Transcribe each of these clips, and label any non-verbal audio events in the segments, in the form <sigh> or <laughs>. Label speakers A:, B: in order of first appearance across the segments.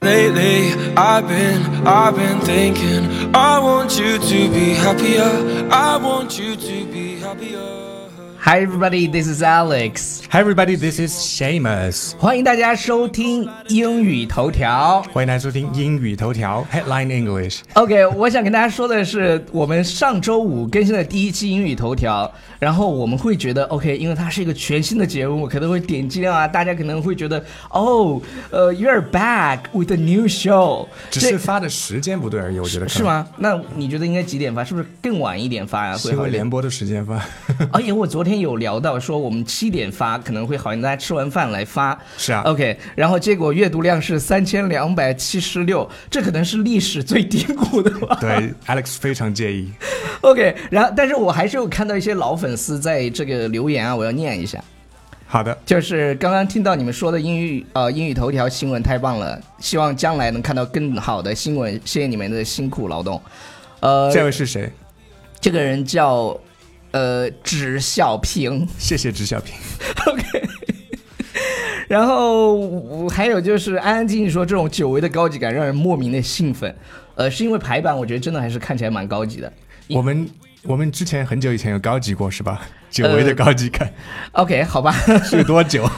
A: Lately, I've been, I've been thinking, I want you to be happier. I want you to be happier.
B: Hi, everybody. This is Alex.
C: Hi, everybody. This is Shamus.
B: 欢迎大家收听英语头条。
C: 欢迎来收听英语头条 Headline English。
B: OK，我想跟大家说的是，我们上周五更新的第一期英语头条，然后我们会觉得 OK，因为它是一个全新的节目，可能会点击量啊，大家可能会觉得哦，呃，You're back with a new show，
C: 只是发的时间不对而已，我觉得
B: 这是？吗？那你觉得应该几点发？是不是更晚一点发呀、会好
C: 新
B: 一
C: 闻
B: 点
C: 啊联？播的时间发， <laughs>
B: 而且我昨天有聊到说，我们七点发可能会好，大家吃完饭来发。
C: 是啊
B: OK，然后结果阅读量是三千两百七十六，这可能是历史最低谷的吧。
C: 对 Alex 非常介意。
B: <laughs> OK，然后但是我还是有看到一些老粉丝在这个留言啊，我要念一下。
C: 好的，
B: 就是刚刚听到你们说的英语呃英语头条新闻太棒了，希望将来能看到更好的新闻，谢谢你们的辛苦劳动。呃，
C: 这位是谁？
B: 这个人叫呃纸小平。
C: 谢谢直小平。
B: <laughs> OK。然后我还有就是安安静静说，这种久违的高级感让人莫名的兴奋，呃，是因为排版，我觉得真的还是看起来蛮高级的。
C: 我们我们之前很久以前有高级过是吧？久违的高级 <laughs> 感
B: OK，好吧。 <laughs>
C: 是多久？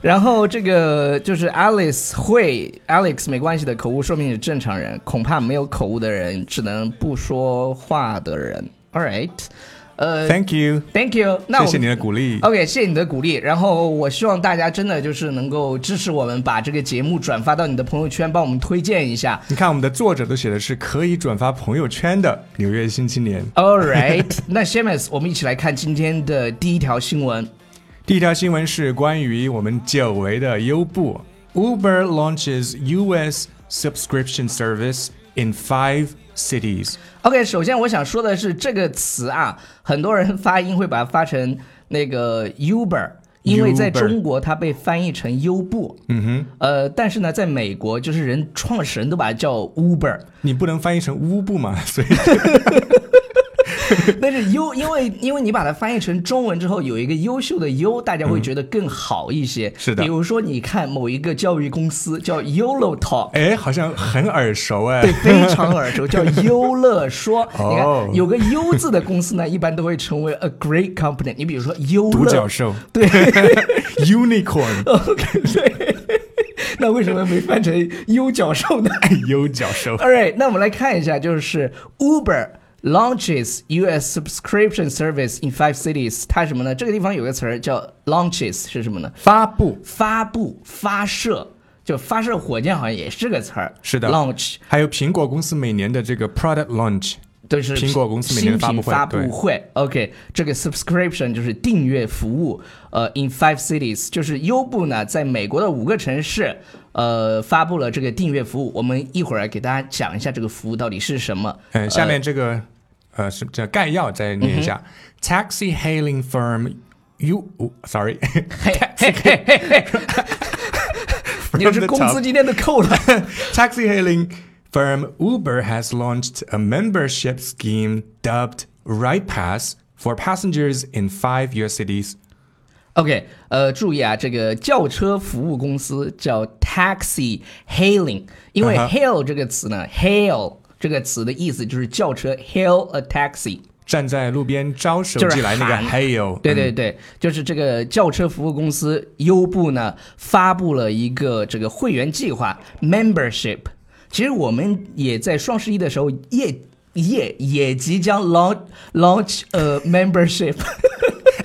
B: 然后这个就是 Alice 会 Alex 没关系的，口误说明你是正常人，恐怕没有口误的人，只能不说话的人。All right，呃
C: Thank you，
B: ，Thank you，那我
C: 谢
B: 们
C: 谢你的鼓励。
B: OK，谢谢你的鼓励。然后我希望大家真的就是能够支持我们，把这个节目转发到你的朋友圈，帮我们推荐一下。
C: 你看，我们的作者都写的是可以转发朋友圈的《纽约新青年》。
B: All right，那 <laughs> Shamus，我们一起来看今天的第一条新闻。
C: 第一条新闻是关于我们久违的优步，Uber launches U.S. subscription service in five cities。
B: OK，首先我想说的是这个词啊，很多人发音会把它发成那个 Uber。因为在
C: Uber
B: 中国，它被翻译成优步，嗯哼，呃，但是呢，在美国，就是人创始人都把它叫 Uber， <laughs>
C: 你不能翻译成乌布嘛？ <laughs> 所以
B: 但是优，因为因为你把它翻译成中文之后，有一个优秀的优，大家会觉得更好一些。
C: 是的
B: 比如说你看某一个教育公司叫 YOLO Talk。
C: 哎，好像很耳熟哎
B: 对，。非常耳
C: <laughs>
B: 熟，叫优乐说。你
C: 哦
B: 看，有个“优”字的公司呢，一般都会成为 a great company。你比如说优乐，
C: 独
B: <laughs>
C: 角兽
B: 对哦
C: ，unicorn，
B: ，OK，对。那为什么没翻成优角兽
C: <laughs>
B: 呢？
C: 优角兽。
B: All right，那我们来看一下，就是 Uber launches U.S. subscription service in five cities。它什么呢？这个地方有个词儿叫 launches，是什么呢？
C: 发布
B: 发布、发射，就发射火箭好像也是个词儿。
C: 是的
B: launch
C: 还有苹果公司每年的这个 product launch，
B: 都是
C: 苹果公司每年的发布
B: 新
C: 会
B: 品发布
C: 对
B: 会。OK，这个 subscription 就是订阅服务。呃，in five cities 就是优步呢，在美国的五个城市，呃，发布了这个订阅服务。我们一会儿给大家讲一下这个服务到底是什么。
C: 嗯，下面这个呃是这概要再念一
B: 嗯
C: 下、t a x i hailing firm U，s 哦 o r r y <laughs>
B: 嘿嘿嘿嘿嘿，你是工资今天都扣了。
C: Taxi hailing firm Uber has launched a membership scheme dubbed Ride Pass for passengers in five U.S. cities.
B: OK，呃，注意啊，这个轿车服务公司叫 Taxi Hailing，因为
C: 啊哈
B: hail 这个词呢、h a i l 这个词的意思就是轿车，hail a taxi。
C: 站在路边招手
B: 就是
C: 寄来那个嗯
B: 喊
C: hail，
B: 对对对，就是这个轿车服务公司优步呢发布了一个这个会员计划 membership。其实我们也在双十一的时候也也也即将 launch launch a membership。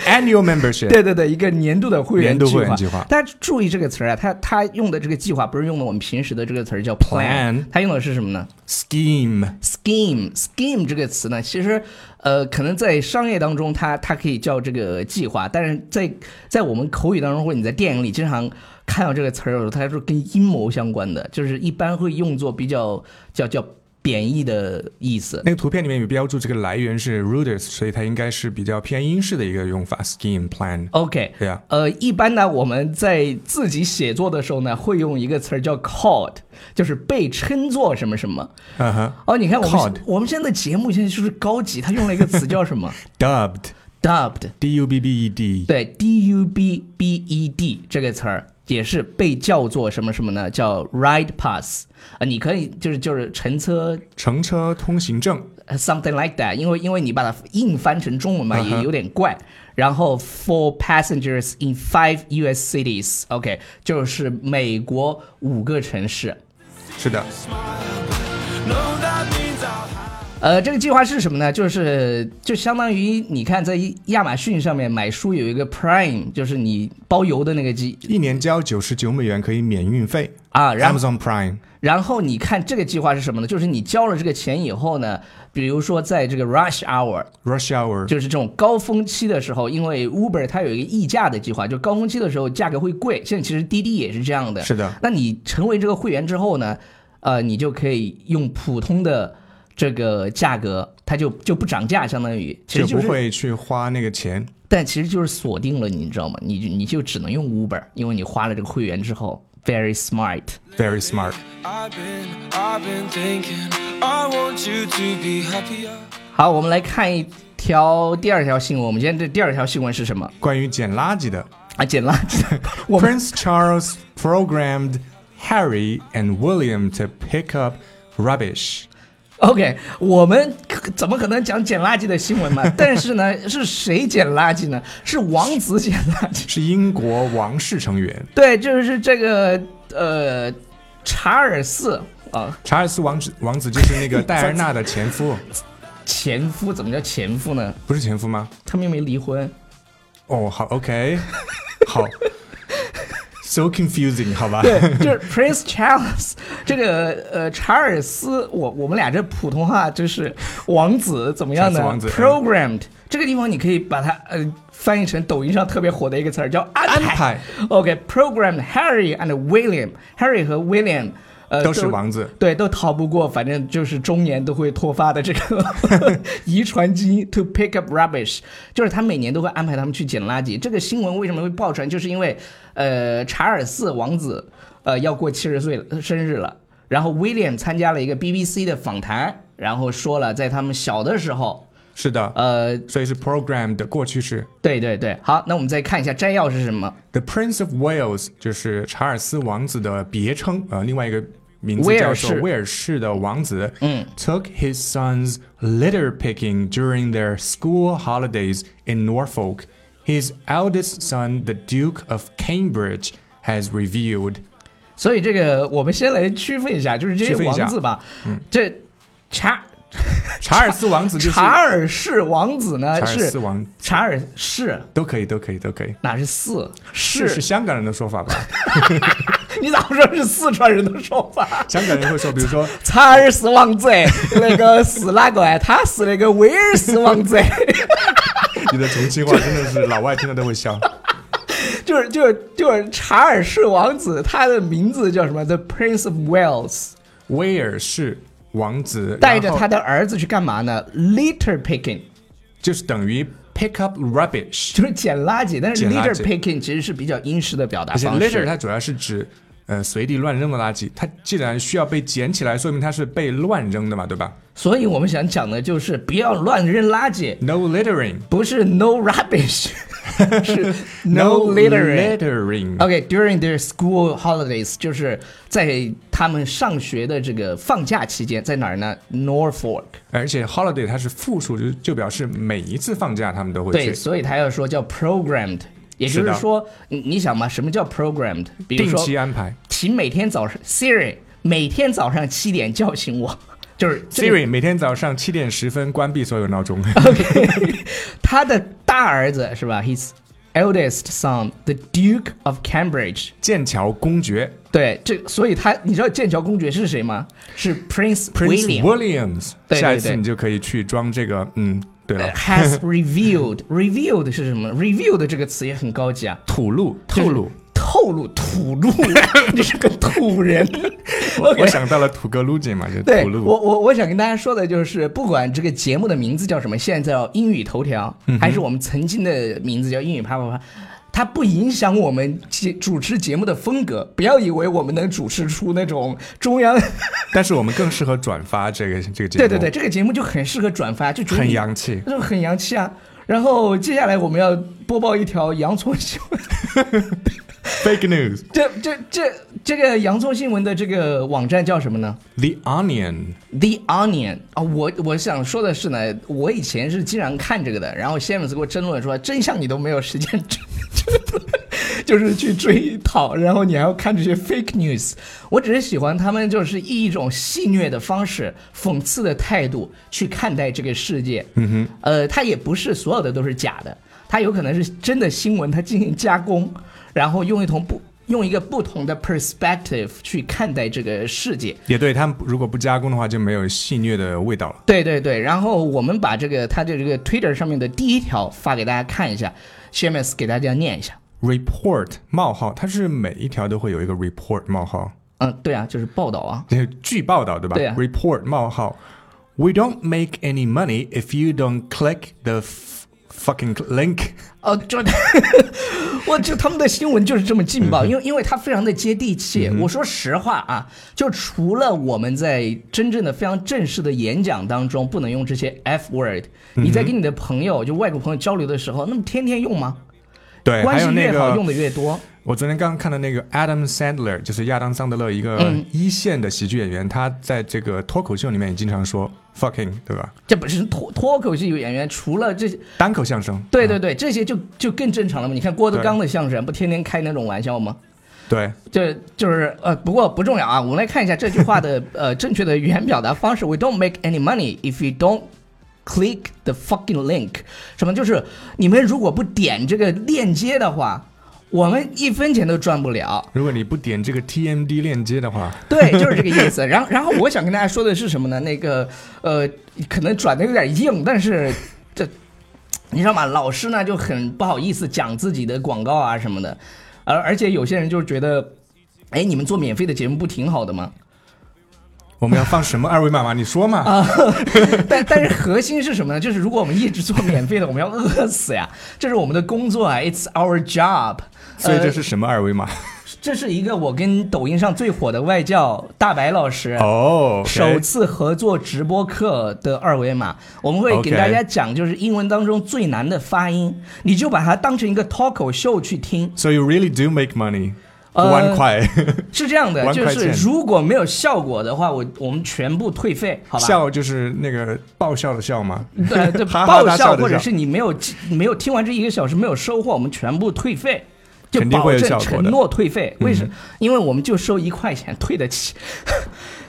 C: annual membership，
B: <laughs> 对对对，一个年度的会员
C: 年度
B: 计
C: 会员
B: 划。
C: 计划
B: 大家注意这个词儿啊，它它用的这个计划不是用的我们平时的这个词儿叫 plan，
C: Plan
B: 它用的是什么呢
C: scheme，
B: ？scheme scheme 这个词呢，其实呃，可能在商业当中它它可以叫这个计划，但是在在我们口语当中或者你在电影里经常。看到这个词儿的时候，它是跟阴谋相关的，就是一般会用作比较叫叫贬义的意思。
C: 那个图片里面有标注这个来源是 Reuters，所以它应该是比较偏英式的一个用法，scheme plan。
B: OK，
C: 对啊
B: 呃，一般呢，我们在自己写作的时候呢，会用一个词儿叫 called，就是被称作什么什么。
C: 嗯哼
B: 哦，你看我们
C: Called
B: 我们现在的节目现在就是高级，他用了一个词叫什么 <laughs>
C: ，dubbed
B: dubbed，
C: D U B B E D，
B: 对，d u b b e d 这个词儿也是被叫做什么什么呢？叫 ride pass 啊、你可以就是就是乘车
C: 乘车通行证。
B: 呃 something like that，因为因为你把它硬翻成中文嘛，
C: 嗯哼
B: 也有点怪。然后 for passengers in five U.S. cities，OK，、就是美国五个城市。
C: 是的，
A: No, that means I'll have.
B: 呃，这个计划是什么呢？就是就相当于你看在亚马逊上面买书有一个 Prime，就是你包邮的那个机
C: 一年交九十九美元可以免运费。
B: 啊，然后
C: Amazon Prime
B: 然后你看这个计划是什么呢？就是你交了这个钱以后呢，比如说在这个 rush hour，
C: rush hour
B: 就是这种高峰期的时候，因为 Uber 它有一个溢价的计划，就高峰期的时候价格会贵。现在其实滴滴也是这样的。
C: 是的
B: 那你成为这个会员之后呢，呃，你就可以用普通的这个价格，它就就不涨价，相当于其实
C: 就
B: 就
C: 不
B: 是，
C: 会去花那个钱。
B: 但其实就是锁定了你，你知道吗？你就你就只能用 Uber，因为你花了这个会员之后，very smart。
C: Very smart。
A: I've been, I've been thinking, I want you to be happier.
B: 好，我们来看一条第二条新闻。我们今天这第二条新闻是什么
C: 关于捡垃圾的
B: 啊？捡垃圾。我们
C: ，Prince Charles programmed Harry and William to pick up rubbish。
B: OK，我们可怎么可能讲捡垃圾的新闻嘛？但是呢，是谁捡垃圾呢？是王子捡垃圾。
C: 是英国王室成员
B: 对，就是这个呃，查尔斯啊，
C: 查尔斯王子，王子就
B: <laughs>
C: 是那个戴安娜的前夫，
B: 前夫怎么叫前夫呢？
C: 不是前夫吗？
B: 他们又没离婚。
C: 哦，好，OK，好，so confusing，好吧？
B: 对，就是 Prince Charles 这个呃查尔斯，我我们俩这普通话就是王子怎么样呢
C: 查尔斯王子嗯
B: ？Programmed 这个地方你可以把它呃翻译成抖音上特别火的一个词儿，叫安
C: 安
B: 排。
C: 排
B: OK，Programmed、Harry and William，Harry 和 William 呃
C: <laughs> 都是王子，
B: 对，都逃不过，反正就是中年都会脱发的这
C: <laughs>
B: 个遗传基因。To pick up rubbish，就是他每年都会安排他们去捡垃圾。这个新闻为什么会爆出来？就是因为，呃，查尔斯王子，呃，要过七十岁了生日了。然后威廉参加了一个 BBC 的访谈，然后说了，在他们小的时候，
C: 是的，
B: 呃，
C: 所以是 programmed 的过去式。
B: 对对对，好，那我们再看一下摘要是什么。
C: The Prince of Wales 就是查尔斯王子的别称，呃，另外一个名字
B: 威
C: 叫
B: 尔
C: 做
B: 士
C: 威尔士的王子。
B: 嗯
C: ，took his sons litter picking during their school holidays in Norfolk. His eldest son, the Duke of Cambridge, has revealed
B: 所以这个我们先来区分一下，就是这些
C: 区分一下嗯
B: 王子吧，这查
C: 查尔斯王子就是
B: 查尔士王子呢
C: 查尔斯
B: 是
C: 王，
B: 查尔士，
C: 都可以，都可以，都可以。
B: 哪是四？
C: 是是香港人的说法吧？
B: <laughs>
C: <laughs>
B: 你咋不说是四川人的说法？
C: 香港人会说，比如说
B: 查尔斯王子， <laughs> 那个是哪个啊？他是那个威尔士王子， <laughs>
C: 你的重庆话真的是老外听了都会笑。
B: 就是就是就是查尔士王子，他的名字叫什么？The Prince of Wales，
C: 威尔士王子
B: 带着
C: 然后
B: 他的儿子去干嘛呢？Litter picking，
C: 就是等于 pick up rubbish，
B: 就是捡垃圾，但是
C: 捡垃
B: litter
C: 圾
B: picking 其实是比较英式的表达
C: 而且
B: 方式。
C: litter 它主要是指呃随地乱扔的垃圾，它既然需要被捡起来，说明它是被乱扔的嘛，对吧
B: 所以我们想讲的就是不要乱扔垃圾，
C: ？No littering。
B: 不是 no
C: <laughs>
B: rubbish，是 no
C: No
B: littering。
C: littering，哦
B: OK，during、their school holidays，就是在他们上学的这个放假期间，在哪儿呢？Norfolk。
C: 而且 holiday 它是复数，就就表示每一次放假他们都会
B: 对，
C: 去，
B: 所以他要说叫 programmed，也就是是
C: 的
B: 说，你你想嘛，什么叫 programmed？比如
C: 定
B: 说，
C: 期安排。
B: 请每天早上 Siri 每天早上七点叫醒我， <laughs> 就是这个
C: Siri 每天早上七点十分关闭所有闹钟。呃
B: <laughs> 他的大儿子是吧？His eldest son, the Duke of Cambridge。
C: 剑桥公爵
B: 对，这所以他，你知道剑桥公爵是谁吗？是 Prince
C: Prince
B: William。
C: Williams，
B: 对对
C: 下一次
B: 对
C: 你就可以去装这个。嗯，对 <laughs> 了，
B: Has revealed <laughs> revealed 是什么？revealed 这个词也很高级啊，
C: 吐露透露，
B: 透露吐露，你是个土人。
C: <laughs> 我
B: OK，
C: 想到了土格路姐嘛，就是
B: 对
C: 吐
B: 我
C: 露。
B: 我我想跟大家说的就是，不管这个节目的名字叫什么，现在叫英语头条，
C: 嗯
B: 还是我们曾经的名字叫英语啪啪啪。它不影响我们节主持节目的风格，不要以为我们能主持出那种中央 <laughs>
C: 但是我们更适合转发这个这个节目，
B: 对对对，，这个节目就很适合转发，就觉得
C: 很
B: 你
C: 洋气。
B: 就很洋气啊。然后接下来我们要播报一条洋葱新闻。
C: Fake news.
B: 这这这这个洋葱新闻的这个网站叫什么呢
C: The Onion.
B: ？The Onion 啊、我我想说的是呢，我以前是经常看这个的，然后 Shamus 给我争论说，真相你都没有时间 <laughs> 追，就是去追讨，然后你还要看这些 fake news。我只是喜欢他们就是以一种戏谑的方式、讽刺的态度去看待这个世界。嗯哼，呃，它也不是所有的都是假的，它有可能是真的新闻，它进行加工，然后用一同不。用一个不同的 perspective 去看待这个世界，
C: 也对，他们如果不加工的话，就没有戏谑的味道了。
B: 对对对，然后我们把这个他的这个 Twitter 上面的第一条发给大家看一下，Shamus 给大家念一下。
C: Report 冒号，它是每一条都会有一个 report 冒号，
B: 嗯，对啊，就是报道啊。
C: 这据报道对吧？
B: 对啊
C: Report 冒号，We don't make any money if you don't click the f- fucking link。
B: 哦，就 <laughs> 我就他们的新闻就是这么劲
C: <laughs>
B: 爆，因为因为它非常的接地气。
C: 嗯
B: 我说实话啊，就除了我们在真正的非常正式的演讲当中不能用这些 F word，你
C: 嗯
B: 在跟你的朋友就外国朋友交流的时候，那么天天用吗？
C: 对，
B: 关
C: 哎还
B: 系
C: 有那
B: 越好用
C: 个，
B: 的越多。
C: 我昨天刚看的那个 Adam Sandler，就是亚当桑德勒一个
B: 嗯
C: 一线的喜剧演员，他在这个脱口秀里面也经常说 fucking，对吧？
B: 这本身脱脱口秀演员除了这些。
C: 单口相声，
B: 对对对，这些就就更正常了嘛。你看郭德纲的相声，不天天开那种玩笑吗？
C: 对，
B: 这就是呃，不过不重要啊。我们来看一下这句话的呃正确的语言表达方式。We don't make any money if you don't click the fucking link。什么？就是你们如果不点这个链接的话，我们一分钱都赚不了。
C: 如果你不点这个 TMD 链接的话，
B: 对，就是这个意思。然后，然后我想跟大家说的是什么呢？那个，呃，可能转的有点硬，但是这，你知道吗？老师呢就很不好意思讲自己的广告啊什么的，而而且有些人就是觉得，哎，你们做免费的节目不挺好的吗？ <laughs>
C: 我们要放什么二维码吗？你说嘛。
B: 啊但但是核心是什么呢？就是如果我们一直做免费的，我们要饿死呀！这是我们的工作啊，It's our job。
C: 所以
B: 呃
C: 这是什么二维码？
B: 这是一个我跟抖音上最火的外教大白老师啊
C: 哦，
B: 首次合作直播课的二维码，我们会给
C: OK
B: 大家讲，就是英文当中最难的发音，你就把它当成一个脱口秀去听，
C: So you really do make money.
B: 呃
C: 万块，
B: 是这样的，
C: 玩
B: 就
C: 快
B: 是
C: 钱
B: 如果没有效果的话，我我们全部退费，好吧？
C: 笑就是那个爆笑的笑嘛。
B: 对对，
C: <laughs> 哈哈
B: 爆
C: 大笑
B: 笑
C: 的
B: 或者
C: 笑
B: 是你没有记没有听完这一个小时没有收获，我们全部退费。就
C: 肯定
B: 保
C: 会有效
B: 证
C: 果的嗯
B: 承诺退费，为什么？因为我们就收一块钱，退得起。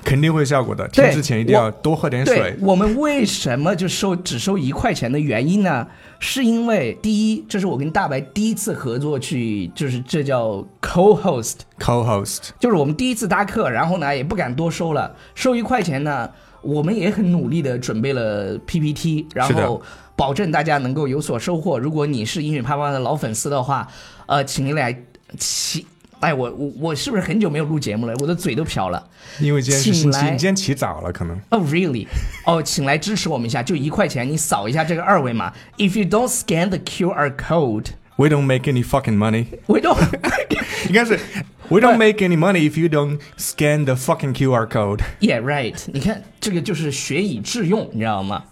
C: 肯定会有效果的。
B: 对
C: 听之前一定要多喝点
B: 对
C: 水。
B: 我们为什么就收只收一块钱的原因呢？是因为第一，这是我跟大白第一次合作去，就是这叫 co-host，
C: Co-host，
B: 就是我们第一次搭课，然后呢也不敢多收了，收一块钱呢，我们也很努力的准备了 PPT，然
C: 是的
B: 后保证大家能够有所收获。如果你是英语啪啪的老粉丝的话，呃，请你来起。哎，我我我是不是很久没有录节目了？我的嘴都瓢了。
C: 因为今天是星期，
B: 请来
C: 你今天起早了，可能。
B: 哦、oh,，really？哦，请来支持我们一下，就一块钱，你扫一下这个二维码。If you don't scan the QR code,
C: We don't make any fucking money，
B: we don't <laughs>
C: 应该是 We don't make any money if you don't scan the fucking QR code。
B: Yeah, right。你看，这个就是学以致用，你知道吗？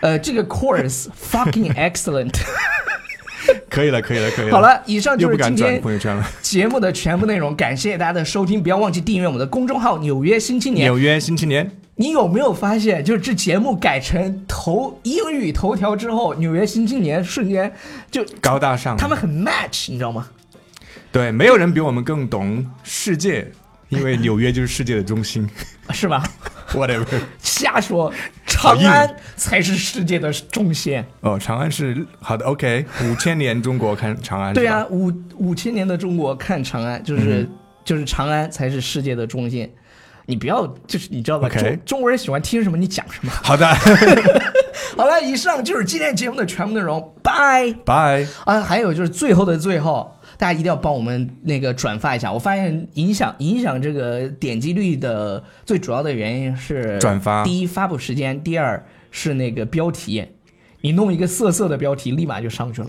B: 呃，这个 course fucking
C: <laughs>
B: excellent。
C: 可以了，可以了，可以了。
B: 好，了，以上
C: 啊
B: 就
C: 又不
B: 是今
C: 敢转
B: 天
C: 朋友
B: <laughs>
C: 圈了。
B: 节目的全部内容，感谢大家的收听，不要忘记订阅我们的公众号《纽约新青年》。
C: 纽约新青年，
B: 你有没有发现，就是这节目改成头英语头条之后，《纽约新青年》瞬间就
C: 高大上。
B: 他们很 match，你知道吗？
C: 对，没有人比我们更懂世界，因为纽约就是世界的中心。 <laughs>
B: 是吧？
C: Whatever。
B: 瞎说，长安才是世界的中心。
C: 哦，长安是好的，OK，五千年中国看长安，
B: 对
C: 是吧
B: 啊，，五五千年的中国看长安，就是、就是长安才是世界的中心。你不要，就是你知道吧
C: OK
B: 中中国人喜欢听什么你讲什么。
C: 好的， <laughs>
B: 好了，以上就是今天节目的全部内容，拜。
C: 拜，
B: 啊，还有就是最后的最后，大家一定要帮我们那个转发一下。我发现影响影响这个点击率的最主要的原因是
C: 转发
B: 第一发布时间，第二是那个标题。你弄一个色色的标题，立马就上去了。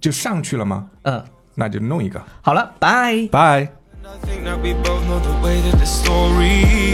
C: 就上去了吗？
B: 嗯，
C: 那就弄一个，
B: 好了，拜。
C: 拜。
A: I think that we both know the way that the story